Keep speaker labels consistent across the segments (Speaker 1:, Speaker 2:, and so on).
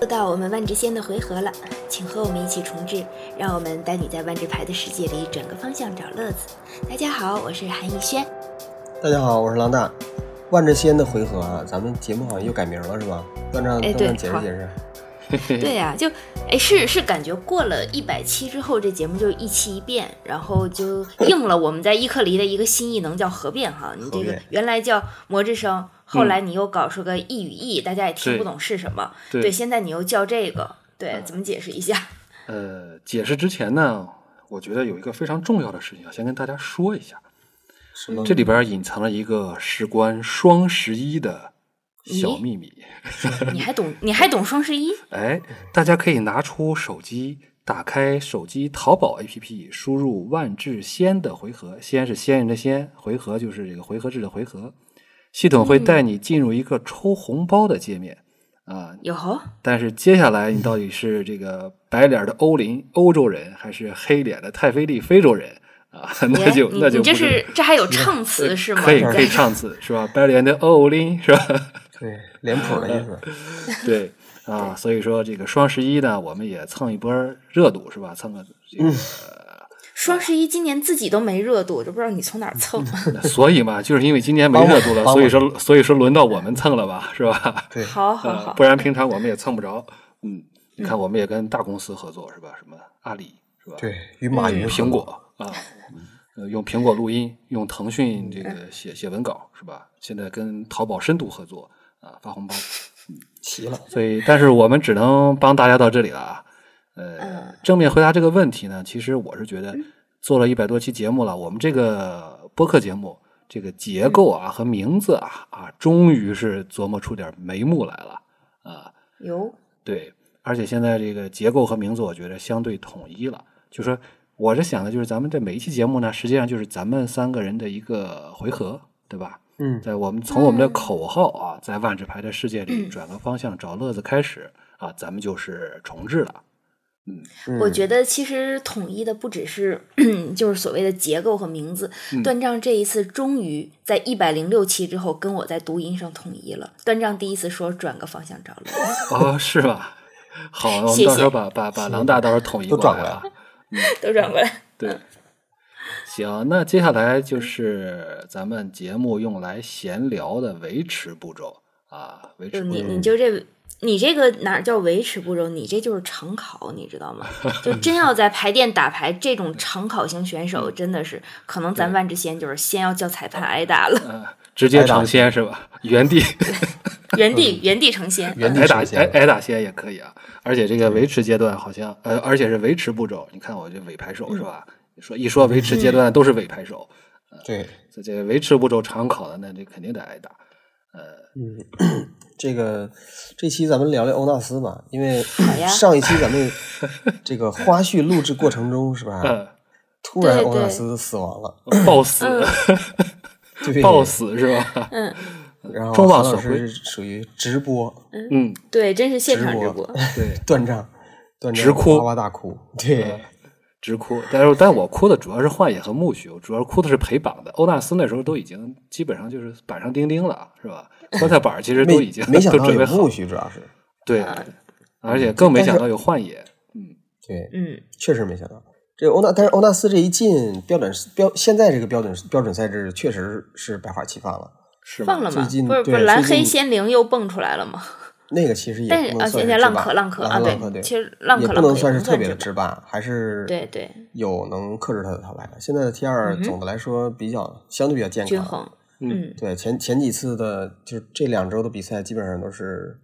Speaker 1: 又到我们万智仙的回合了，请和我们一起重置，让我们带你在万智牌的世界里转个方向找乐子。大家好，我是韩逸轩。
Speaker 2: 大家好，我是郎大。万智仙的回合啊，咱们节目好像又改名了是吧？段长，
Speaker 1: 哎
Speaker 2: 段
Speaker 1: 对
Speaker 2: 长解释
Speaker 1: 好
Speaker 2: 解释。
Speaker 1: 对呀、就哎是是感觉过了一百期之后，这节目就一期一变，然后就应了我们在伊克里的一个新异能叫合变哈。你这
Speaker 2: 合
Speaker 1: 个
Speaker 2: 变
Speaker 1: 原来叫魔之声，后来你又搞出个异语义，大家也听不懂是什么。
Speaker 3: 对
Speaker 1: 现在你又叫这个，对，怎么解释一下？
Speaker 3: 呃，解释之前呢，我觉得有一个非常重要的事情要先跟大家说一下，
Speaker 2: 什么
Speaker 3: 这里边隐藏了一个事关双十一的小秘密。
Speaker 1: 你还懂？你还懂双十一？
Speaker 3: 哎，大家可以拿出手机，打开手机淘宝 APP，输入“万智仙”的回合，仙是仙人的仙，回合就是这个回合制的回合。系统会带你进入一个抽红包的界面啊、
Speaker 1: 有吼
Speaker 3: 但是接下来你到底是这个白脸的欧林欧洲人，还是黑脸的泰菲利非洲人啊？ 那
Speaker 1: 耶
Speaker 3: 就
Speaker 1: 你
Speaker 3: 那
Speaker 1: 你
Speaker 3: 就不
Speaker 1: 这
Speaker 3: 知
Speaker 1: 是这还 有唱词是吗？
Speaker 3: 可以
Speaker 1: 你在
Speaker 3: 可以唱次是吧？白脸的欧林是吧？
Speaker 2: 对脸谱的意思。
Speaker 3: 嗯对啊，所以说这个双十一呢，我们也蹭一波热度是吧？蹭个 这个，
Speaker 1: 双十一今年自己都没热度，我都不知道你从哪儿蹭。
Speaker 3: 所以嘛，就是因为今年没
Speaker 2: 帮我
Speaker 3: 热度了，
Speaker 2: 帮
Speaker 3: 所以
Speaker 2: 我
Speaker 3: 说所以说轮到我们蹭了吧，是吧？
Speaker 2: 对，
Speaker 1: 好哦好
Speaker 3: 呃
Speaker 1: 好，
Speaker 3: 不然平常我们也蹭不着。嗯，你看我们也跟大公司合作是吧？什么阿里是吧？
Speaker 2: 对，与马
Speaker 1: 嗯
Speaker 2: 云、
Speaker 3: 苹果啊，呃，用苹果录音，用腾讯这个写写文稿是吧？现在跟淘宝深度合作啊，发红包，
Speaker 2: 齐了。
Speaker 3: 所以但是我们只能帮大家到这里了啊。呃
Speaker 1: 嗯，
Speaker 3: 正面回答这个问题呢，其实我是觉得做了一百多期节目了，我们这个播客节目这个结构啊和名字啊啊，终于是琢磨出点眉目来了啊。
Speaker 1: 有
Speaker 3: 对，而且现在这个结构和名字，我觉得相对统一了。就说我是想的，就是咱们这每一期节目呢，实际上就是咱们三个人的一个回合，对吧？
Speaker 2: 嗯，
Speaker 3: 在我们从我们的
Speaker 1: 嗯
Speaker 3: 口号啊，在万智牌的世界里
Speaker 1: 嗯
Speaker 3: 转个方向找乐子开始啊，咱们就是重置 了。嗯
Speaker 1: 我
Speaker 2: 得
Speaker 1: 觉得其实统一的不只是 就是所谓的结构和名字。
Speaker 3: 嗯
Speaker 1: 段丈这一次终于在一百零六期之后跟我在读音上统一了。段丈第一次说转个方向找乐，
Speaker 3: 哦，是吧？好，我
Speaker 1: 谢
Speaker 3: 们到时
Speaker 1: 谢
Speaker 3: 候把把把狼大到时候统一
Speaker 2: 都
Speaker 3: 过
Speaker 2: 转
Speaker 3: 来
Speaker 2: 过来
Speaker 3: 啊
Speaker 2: 了。
Speaker 1: 都转过来。
Speaker 3: 对，行，那接下来
Speaker 1: 嗯
Speaker 3: 就是咱们节目用来闲聊的维持步骤啊，维
Speaker 1: 就
Speaker 3: 持步骤
Speaker 1: 你你就这。你这个哪儿叫维持步骤？你这就是常考，你知道吗？就真 要在牌店打牌，这种常考型选手真的是，可能咱万智仙就是先要叫裁判挨打了，
Speaker 3: 啊， 直接成仙是吧？ 原地
Speaker 1: 原
Speaker 2: 嗯
Speaker 1: 地原地成仙。
Speaker 2: 原地
Speaker 3: 哎挨打
Speaker 2: 成仙
Speaker 3: 挨挨打仙也可以啊，而且这个维持阶段好像呃，而且是维持步骤。你看我这尾牌
Speaker 2: 嗯
Speaker 3: 手是吧？说一说维持阶段都是尾牌手，
Speaker 2: 对，
Speaker 3: 这这维持步骤常考的那这肯定得挨打。
Speaker 2: 这个这期咱们聊聊欧纳斯吧，因为
Speaker 1: 呀
Speaker 2: 上一期咱 们这个花絮录制过程中是吧，
Speaker 3: 嗯，
Speaker 2: 突然
Speaker 1: 对
Speaker 2: 欧纳
Speaker 1: 对
Speaker 2: 斯死亡了，
Speaker 3: 暴死，
Speaker 2: 对，
Speaker 3: 暴死是吧？
Speaker 2: 然后
Speaker 3: 众望
Speaker 2: 韩老
Speaker 3: 所归
Speaker 2: 师属于直播
Speaker 3: 嗯，
Speaker 1: 对，真是现场直
Speaker 2: 直
Speaker 1: 播
Speaker 2: 播。
Speaker 3: 对，
Speaker 2: 断账，断账
Speaker 3: 直哭嗯
Speaker 2: 哇哇大哭，对，
Speaker 3: 直哭。但是，但我哭的主要是幻野和木须，我主要哭的是陪榜的。欧纳斯那时候都已经基本上就是板上钉钉了，是吧？棺材板儿其实都
Speaker 2: 没
Speaker 3: 已经
Speaker 2: 没想
Speaker 3: 都
Speaker 2: 到
Speaker 3: 准备
Speaker 2: 有
Speaker 3: 好
Speaker 2: 木，须，主啊要是
Speaker 3: 对，而且更没想到有幻野。
Speaker 2: 对，
Speaker 1: 嗯，
Speaker 2: 确实没想到。这欧纳，但是欧纳斯这一进标准标，现在这个标准标准赛制确实是百花齐放了。
Speaker 3: 是啊吗
Speaker 1: 放？了
Speaker 2: 最
Speaker 1: 吗？
Speaker 2: 近
Speaker 1: 不是不
Speaker 2: 对
Speaker 1: 是，蓝
Speaker 2: 最
Speaker 1: 黑
Speaker 2: 近
Speaker 1: 仙灵又蹦出来了吗？
Speaker 2: 那个其实也
Speaker 1: 但是啊，
Speaker 2: 不能算
Speaker 1: 现
Speaker 2: 是
Speaker 1: 在
Speaker 2: 制
Speaker 1: 浪
Speaker 2: 霸
Speaker 1: 客浪客啊，
Speaker 2: 浪
Speaker 1: 对
Speaker 2: 客，对，
Speaker 1: 其实浪
Speaker 2: 也
Speaker 1: 客
Speaker 2: 不
Speaker 1: 浪客
Speaker 2: 能算是特别的
Speaker 1: 制
Speaker 2: 制霸，还是
Speaker 1: 对对嗯
Speaker 2: 有能克制他的淘汰的。现在的 T 二总的来说比较相对比较健
Speaker 1: 均
Speaker 2: 康，
Speaker 1: 衡。
Speaker 3: 嗯
Speaker 1: 嗯，
Speaker 2: 对前前几次的，就是这两周的比赛，基本上都是，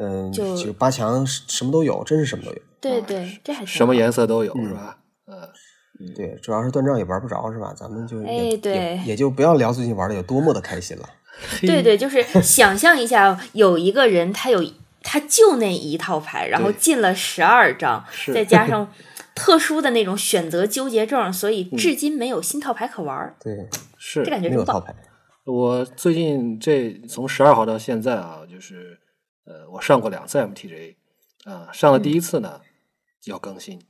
Speaker 2: 嗯，
Speaker 1: 就
Speaker 2: 就八强什什么都有，真是什么都有。
Speaker 1: 对对，这还挺
Speaker 3: 什么
Speaker 1: 好？
Speaker 3: 颜色都有，
Speaker 2: 嗯
Speaker 3: 是吧？嗯，
Speaker 2: 对，主要是断账也玩不着，是吧？咱们就也、
Speaker 1: 哎对
Speaker 2: 也也就不要聊最近玩的有多么的开心了。
Speaker 1: 对对，就是 想象一下，哦有一个人他有他就那一套牌，然后
Speaker 3: 对
Speaker 1: 进了十二张，
Speaker 3: 是
Speaker 1: 再加 上特殊的那种选择纠结症，所以至今没有新套牌可玩儿，
Speaker 2: 嗯对，
Speaker 3: 是
Speaker 1: 这感觉
Speaker 2: 没
Speaker 1: 真
Speaker 2: 有套
Speaker 1: 棒。
Speaker 2: 牌，
Speaker 3: 我最近这从十二号到现在啊，就是呃，我上过两次 MTJ 啊，上了第
Speaker 1: 嗯
Speaker 3: 一次呢、要更新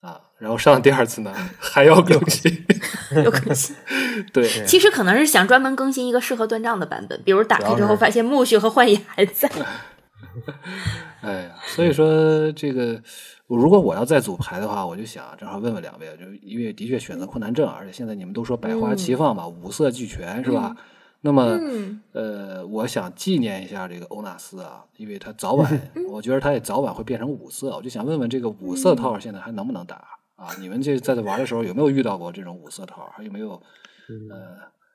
Speaker 3: 啊，然后上了第二次呢 还要更新，
Speaker 1: 有更 新，
Speaker 3: 对，
Speaker 1: 其实可能是想专门更新一个适合断账的版本，比如打
Speaker 2: 主
Speaker 1: 开
Speaker 2: 要
Speaker 1: 之后
Speaker 2: 是
Speaker 1: 发现木须和幻影还在，
Speaker 3: 哎呀， 所
Speaker 2: 嗯
Speaker 3: 以说这个，我如果我要再组牌的话，我就想正好问问两位，就因为的确选择困难症，而且现在你们都说百花
Speaker 2: 嗯
Speaker 3: 齐放嘛，五色俱全是吧？那么，
Speaker 1: 嗯
Speaker 3: 呃，我想纪念一下这个欧纳斯啊，因为他早 晚，
Speaker 2: 嗯
Speaker 3: 我觉得他也早晚会变成五色，我就想问问这个五色
Speaker 2: 嗯
Speaker 3: 套现在还能不能打啊？你们这在这玩的时候有没有遇到过这种五色套？还有没有？呃，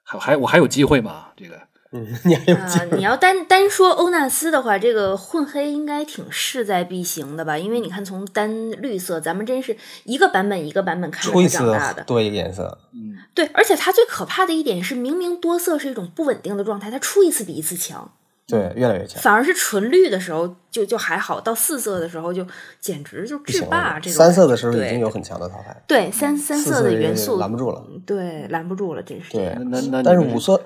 Speaker 3: 还还我还有机会吗？这个
Speaker 2: 嗯， 你还有
Speaker 1: 啊
Speaker 2: 劲，
Speaker 1: 你要单单说欧纳斯的话，这个混黑应该挺势在必行的吧？因为你看，从单绿色，咱们真是一个版本一个版本看着
Speaker 2: 灰
Speaker 1: 它长
Speaker 2: 色
Speaker 1: 大的。
Speaker 2: 多一个颜色，
Speaker 3: 嗯。
Speaker 1: 对，而且它最可怕的一点是，明明多色是一种不稳定的状态，它出一次比一次强。
Speaker 2: 对，越来越强。
Speaker 1: 反而是纯绿的时候就就还好，到四色的时候就简直就
Speaker 2: 不
Speaker 1: 制
Speaker 2: 行
Speaker 1: 霸
Speaker 2: 了，
Speaker 1: 这种感
Speaker 2: 三
Speaker 1: 觉。
Speaker 2: 色的时候已
Speaker 1: 对
Speaker 2: 经有很强的淘汰，
Speaker 1: 对三三
Speaker 2: 四
Speaker 1: 色的
Speaker 2: 也
Speaker 1: 元素嗯
Speaker 2: 拦不住了。
Speaker 1: 对拦不住了，真是这
Speaker 2: 对
Speaker 1: 样。
Speaker 3: 那那
Speaker 2: 但是
Speaker 3: 你们
Speaker 2: 五色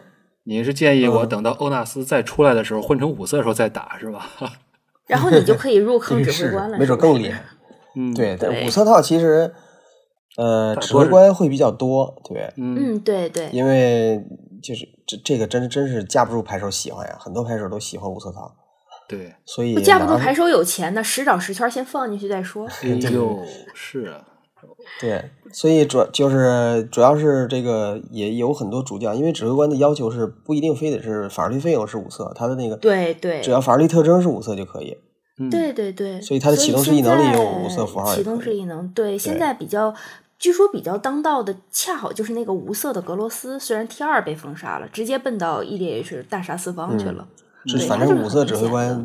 Speaker 3: 你是建议
Speaker 2: 嗯
Speaker 3: 我等到欧纳斯再出来的时候，混成五色的时候再打是吧？
Speaker 1: 然后你就可以 入坑
Speaker 2: 这
Speaker 1: 指挥
Speaker 2: 个是
Speaker 1: 官了，
Speaker 2: 没
Speaker 1: 是
Speaker 2: 准
Speaker 1: 不
Speaker 2: 更
Speaker 1: 是
Speaker 2: 厉 害。
Speaker 3: 嗯，，
Speaker 2: 对，但
Speaker 1: 对
Speaker 2: 五色套其实，呃，
Speaker 3: 大
Speaker 2: 指
Speaker 3: 多
Speaker 2: 挥
Speaker 3: 是
Speaker 2: 官会比较多，对，
Speaker 3: 嗯
Speaker 1: 嗯，对对，
Speaker 2: 因为就是这这个真真是架不住牌手喜欢呀，很多牌手都喜欢五色套，
Speaker 3: 对，
Speaker 2: 所以
Speaker 1: 不架不住
Speaker 2: 拿
Speaker 1: 牌手有钱呢，十找十圈先放进去再 说。
Speaker 3: 哎呦，是啊，
Speaker 2: 对，所以主就是主要是这个也有很多主将，因为指挥官的要求是不一定非得是法律费用是五色，他的那个
Speaker 1: 对对，
Speaker 2: 只要法律特征是五色就可以，
Speaker 3: 嗯，
Speaker 1: 对对对，
Speaker 2: 所以它的启动式异能利用五色符号
Speaker 1: 启
Speaker 2: 也可
Speaker 1: 动
Speaker 2: 以
Speaker 1: 式异能，对，现在比较。据说比较当道的，恰好就是那个无色的格罗斯，虽然 T 二被封杀了，直接奔到 EDH 大杀四方去了。
Speaker 2: 这
Speaker 1: 对
Speaker 2: 嗯反
Speaker 1: 它就
Speaker 2: 正
Speaker 1: 是
Speaker 2: 五
Speaker 1: 很
Speaker 2: 色
Speaker 1: 明
Speaker 2: 指挥
Speaker 1: 显
Speaker 2: 官
Speaker 1: 的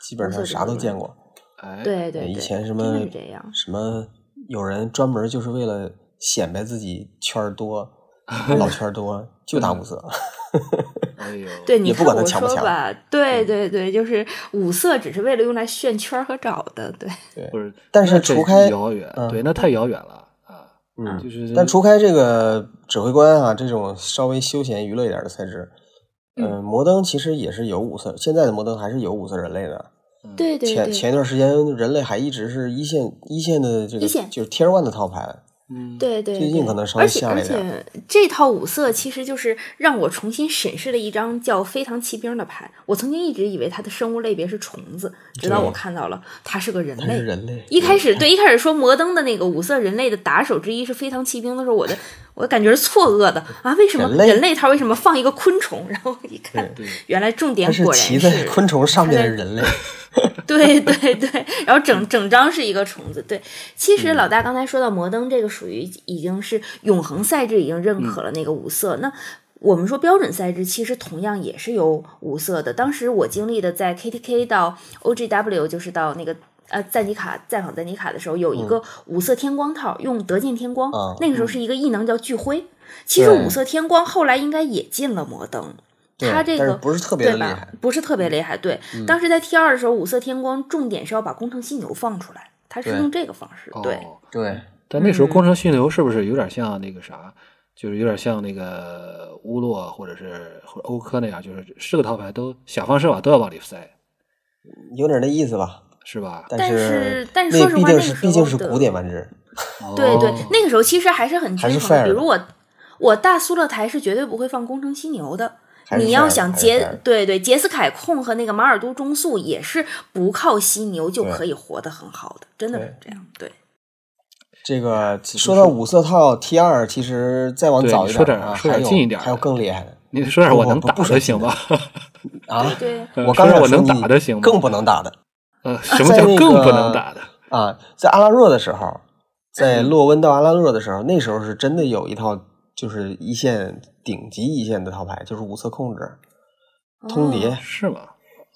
Speaker 2: 基本
Speaker 1: 五色
Speaker 2: 上
Speaker 1: 指
Speaker 2: 啥
Speaker 1: 挥
Speaker 2: 都
Speaker 1: 官
Speaker 2: 见过，
Speaker 3: 哎，
Speaker 1: 对对对，
Speaker 2: 以前什
Speaker 1: 真
Speaker 2: 么
Speaker 1: 的是这样。
Speaker 2: 什么有人专门就是为了显摆自己圈儿 多，老圈儿多就打五
Speaker 1: 嗯
Speaker 2: 色，
Speaker 3: 哎呦，
Speaker 1: 对，你
Speaker 2: 也不
Speaker 1: 看
Speaker 2: 管它
Speaker 1: 我
Speaker 2: 强不嗯
Speaker 1: 说
Speaker 2: 强
Speaker 1: 吧，对对对，就是五色只是为了用来炫圈儿和找的，对，
Speaker 2: 嗯
Speaker 3: 不是，
Speaker 2: 但是
Speaker 3: 那这
Speaker 2: 除开
Speaker 3: 遥远，
Speaker 2: 嗯
Speaker 3: 对，那太遥远了啊，
Speaker 2: 嗯，
Speaker 3: 就是，
Speaker 2: 但除开这个指挥官啊这种稍微休闲娱乐一点的赛制，嗯、摩登其实也是有五色，现在的摩登还是有五色人类的。
Speaker 3: 嗯
Speaker 1: 对对
Speaker 2: 前前
Speaker 1: 对，
Speaker 2: 一段时间，人类还一直是一线一线的这个
Speaker 1: 一线
Speaker 2: 就是 Tier One 的套牌，
Speaker 3: 嗯，
Speaker 1: 对对，
Speaker 2: 最近
Speaker 1: 对
Speaker 2: 可能稍微
Speaker 1: 而且
Speaker 2: 下来
Speaker 1: 而
Speaker 2: 一点
Speaker 1: 且这套五色其实就是让我重新审视了一张叫飞糖骑兵的牌，我曾经一直以为它的生物类别是虫子，直到我
Speaker 2: 对
Speaker 1: 看到了它是个人
Speaker 2: 它是
Speaker 1: 类。
Speaker 2: 人类。哎
Speaker 1: 一开始对一开始说摩登的那个五色人类的打手之一是飞糖骑兵的时候，我的我感觉是错愕的啊，为什么
Speaker 2: 人类
Speaker 1: 人类它为什么放一个昆虫？然后一看
Speaker 3: 对，
Speaker 1: 原来重
Speaker 2: 它
Speaker 1: 点
Speaker 2: 是
Speaker 1: 果然
Speaker 2: 骑在昆虫上面的人 类，
Speaker 1: 对对对，然后整整张是一个虫子。对，其
Speaker 2: 嗯
Speaker 1: 实老大刚才说到摩登这个属于已经是永恒赛制，已经认可了那个五色。
Speaker 2: 嗯
Speaker 1: 那我们说标准赛制其实同样也是有五色的。当时我经历的在 KTK 到 OGW，就是到那个。呃，赞尼
Speaker 2: 嗯
Speaker 1: 卡再访赞尼卡的时候，有一个五色天光套，用德进天光，
Speaker 2: 啊
Speaker 1: 那个时候是一个异能叫聚辉。其实
Speaker 2: 对
Speaker 1: 五色天光后来应该也进了摩登，
Speaker 2: 对
Speaker 1: 它这
Speaker 2: 但
Speaker 1: 个
Speaker 2: 是不是特别的
Speaker 1: 对
Speaker 2: 厉
Speaker 1: 吧
Speaker 2: 害，嗯
Speaker 1: 不是特别厉害。对，当时在 T 二的时候，五色天光重点是要把工程犀牛放出来，它是
Speaker 2: 对
Speaker 1: 用这个方式。对，
Speaker 3: 哦
Speaker 2: 对，
Speaker 3: 但那时候
Speaker 1: 嗯
Speaker 3: 工程犀牛是不是有点像那个啥，就是有点像那个乌洛或者是或者欧科那样，就是是个套牌都想方设法都要往里塞，
Speaker 2: 有点那意思吧。
Speaker 3: 是吧？
Speaker 1: 但
Speaker 2: 是
Speaker 1: 是但是
Speaker 2: 那
Speaker 1: 说实
Speaker 2: 毕
Speaker 1: 话
Speaker 2: 竟
Speaker 1: 那
Speaker 2: 是
Speaker 1: 个时
Speaker 2: 毕竟
Speaker 1: 候
Speaker 2: 是
Speaker 1: 的
Speaker 2: 古典玩具，
Speaker 1: 对对
Speaker 3: 哦，
Speaker 1: 那个时候其实还是很
Speaker 2: 还
Speaker 1: 均
Speaker 2: 是
Speaker 1: 衡
Speaker 2: fair
Speaker 1: 的。比
Speaker 2: 的
Speaker 1: 如我，我大苏勒台是绝对不会放工程犀牛的。
Speaker 2: 还是
Speaker 1: 你
Speaker 2: fair
Speaker 1: 要
Speaker 2: 的
Speaker 1: 想
Speaker 2: 还是 fair
Speaker 1: 杰
Speaker 2: 的
Speaker 1: 对对杰斯凯控和那个马尔都中速也是不靠犀牛就
Speaker 2: 对
Speaker 1: 可以活得很好的，真的是这样。对，
Speaker 2: 这个说到五色套 T 二，其实再往
Speaker 3: 对
Speaker 2: 早
Speaker 3: 你
Speaker 2: 一
Speaker 3: 说
Speaker 2: 点
Speaker 3: 点
Speaker 2: 啊，
Speaker 3: 说
Speaker 2: 还
Speaker 3: 点
Speaker 2: 有
Speaker 3: 近一点
Speaker 2: 还有
Speaker 3: 的
Speaker 2: 更厉害的
Speaker 3: 你说点我能
Speaker 2: 不
Speaker 3: 打
Speaker 2: 不
Speaker 3: 的
Speaker 2: 说
Speaker 3: 行吧？
Speaker 2: 啊！
Speaker 1: 对
Speaker 2: 我刚
Speaker 3: 说
Speaker 2: 才说
Speaker 3: 我能
Speaker 2: 你
Speaker 3: 打的行吗？
Speaker 2: 更不能打的
Speaker 3: 呃，什么
Speaker 2: 在
Speaker 3: 叫
Speaker 2: 那
Speaker 3: 更不
Speaker 2: 个
Speaker 3: 能打的？
Speaker 2: 啊，在阿拉若的时候，
Speaker 3: 嗯
Speaker 2: 在洛温到阿拉若的时候，那时候是真的有一套就是一线顶级一线的套牌，就是五色控制、通
Speaker 1: 哦
Speaker 2: 牒、
Speaker 3: 是吗？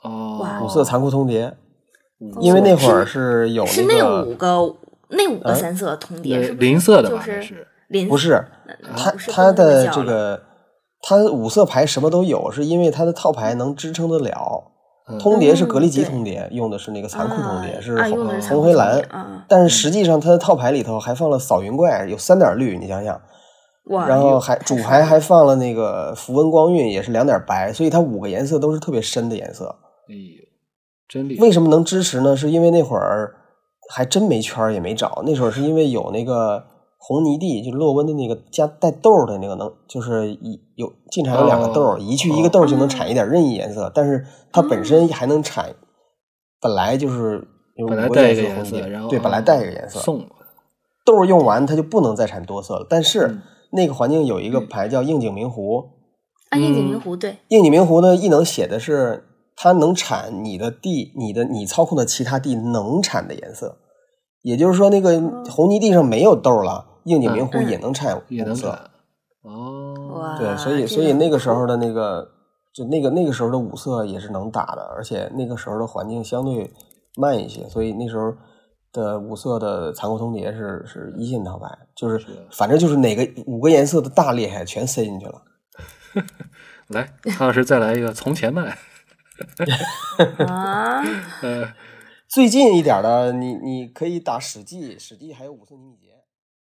Speaker 3: 哦
Speaker 1: 哇，
Speaker 2: 五色残酷通牒，
Speaker 3: 五
Speaker 2: 因为
Speaker 3: 色
Speaker 2: 那会儿是有
Speaker 1: 哦是
Speaker 2: 那
Speaker 1: 那五
Speaker 2: 个嗯
Speaker 1: 个那五个三色通牒
Speaker 3: 呃
Speaker 1: 是不是
Speaker 3: 邻色的
Speaker 1: 就
Speaker 3: 吧？那
Speaker 1: 是邻
Speaker 2: 不是它
Speaker 1: 不是不
Speaker 2: 它
Speaker 1: 能这么
Speaker 2: 的
Speaker 1: 叫
Speaker 2: 这
Speaker 1: 了
Speaker 2: 个它五色牌什么都有，是因为它的套牌能支撑得了。
Speaker 3: 嗯
Speaker 2: 通牒是
Speaker 1: 嗯
Speaker 2: 格里吉
Speaker 1: 对
Speaker 2: 通牒，用的是那个残酷通牒，
Speaker 1: 啊
Speaker 2: 是
Speaker 1: 啊
Speaker 2: 红
Speaker 1: 用的是残
Speaker 2: 红
Speaker 1: 酷
Speaker 2: 灰
Speaker 1: 通
Speaker 2: 蓝
Speaker 1: 牒啊
Speaker 2: 但是实际上，它的套牌里头还放了扫云怪，有三点绿，你想想，
Speaker 1: 哇，
Speaker 2: 然后
Speaker 1: 有
Speaker 2: 还
Speaker 1: 太
Speaker 2: 主
Speaker 1: 帅
Speaker 2: 牌
Speaker 1: 了
Speaker 2: 还放了那个符文光晕，也是两点白，所以它五个颜色都是特别深的颜色。
Speaker 3: 哎呦，真厉害！
Speaker 2: 为什么能支持呢？是因为那会儿还真没圈儿也没找，那会儿是因为有那个红泥地，就洛温的那个加带豆儿的那个能，就是一有进产有两个豆
Speaker 3: 哦嗯
Speaker 2: 儿，一去一个豆儿就能产一点任意颜色，但是它本身还能产本来就是有
Speaker 3: 本来
Speaker 2: 五
Speaker 3: 带一
Speaker 2: 个
Speaker 3: 个
Speaker 2: 红
Speaker 3: 颜色，
Speaker 2: 点
Speaker 3: 然后嗯
Speaker 2: 对，本来带一个颜色，
Speaker 3: 送
Speaker 2: 豆儿用完它就不能再产多色了。但是、
Speaker 3: 嗯
Speaker 2: 那个环境有一个
Speaker 3: 嗯
Speaker 2: 牌叫应景明湖，
Speaker 1: 啊，应景
Speaker 3: 嗯
Speaker 1: 明湖 对，
Speaker 2: 应景明湖呢，异能写的是它能产你的地，你的你操控的其他地能产的颜色，也就是说，那个红泥地上没有豆了，应景明湖
Speaker 1: 嗯
Speaker 2: 也能产
Speaker 3: 也
Speaker 2: 红
Speaker 3: 能
Speaker 2: 色。
Speaker 3: 转哦，
Speaker 1: 哇
Speaker 2: 对，所以
Speaker 1: 这
Speaker 2: 所以
Speaker 1: 个
Speaker 2: 那个时
Speaker 1: 酷
Speaker 2: 候的那个，就那个那个时候的五色也是能打的，而且那个时候的环境相对慢一些，所以那时候的五色的残酷通牒是是一线套牌，就是
Speaker 3: 是
Speaker 2: 反正就是哪个五个颜色的大厉害全塞进去了。
Speaker 3: 来，康老师再来一个从前慢，
Speaker 1: 啊，
Speaker 3: 呃，
Speaker 2: 最近一点的，你你可以打史记，史记还有五色女米节。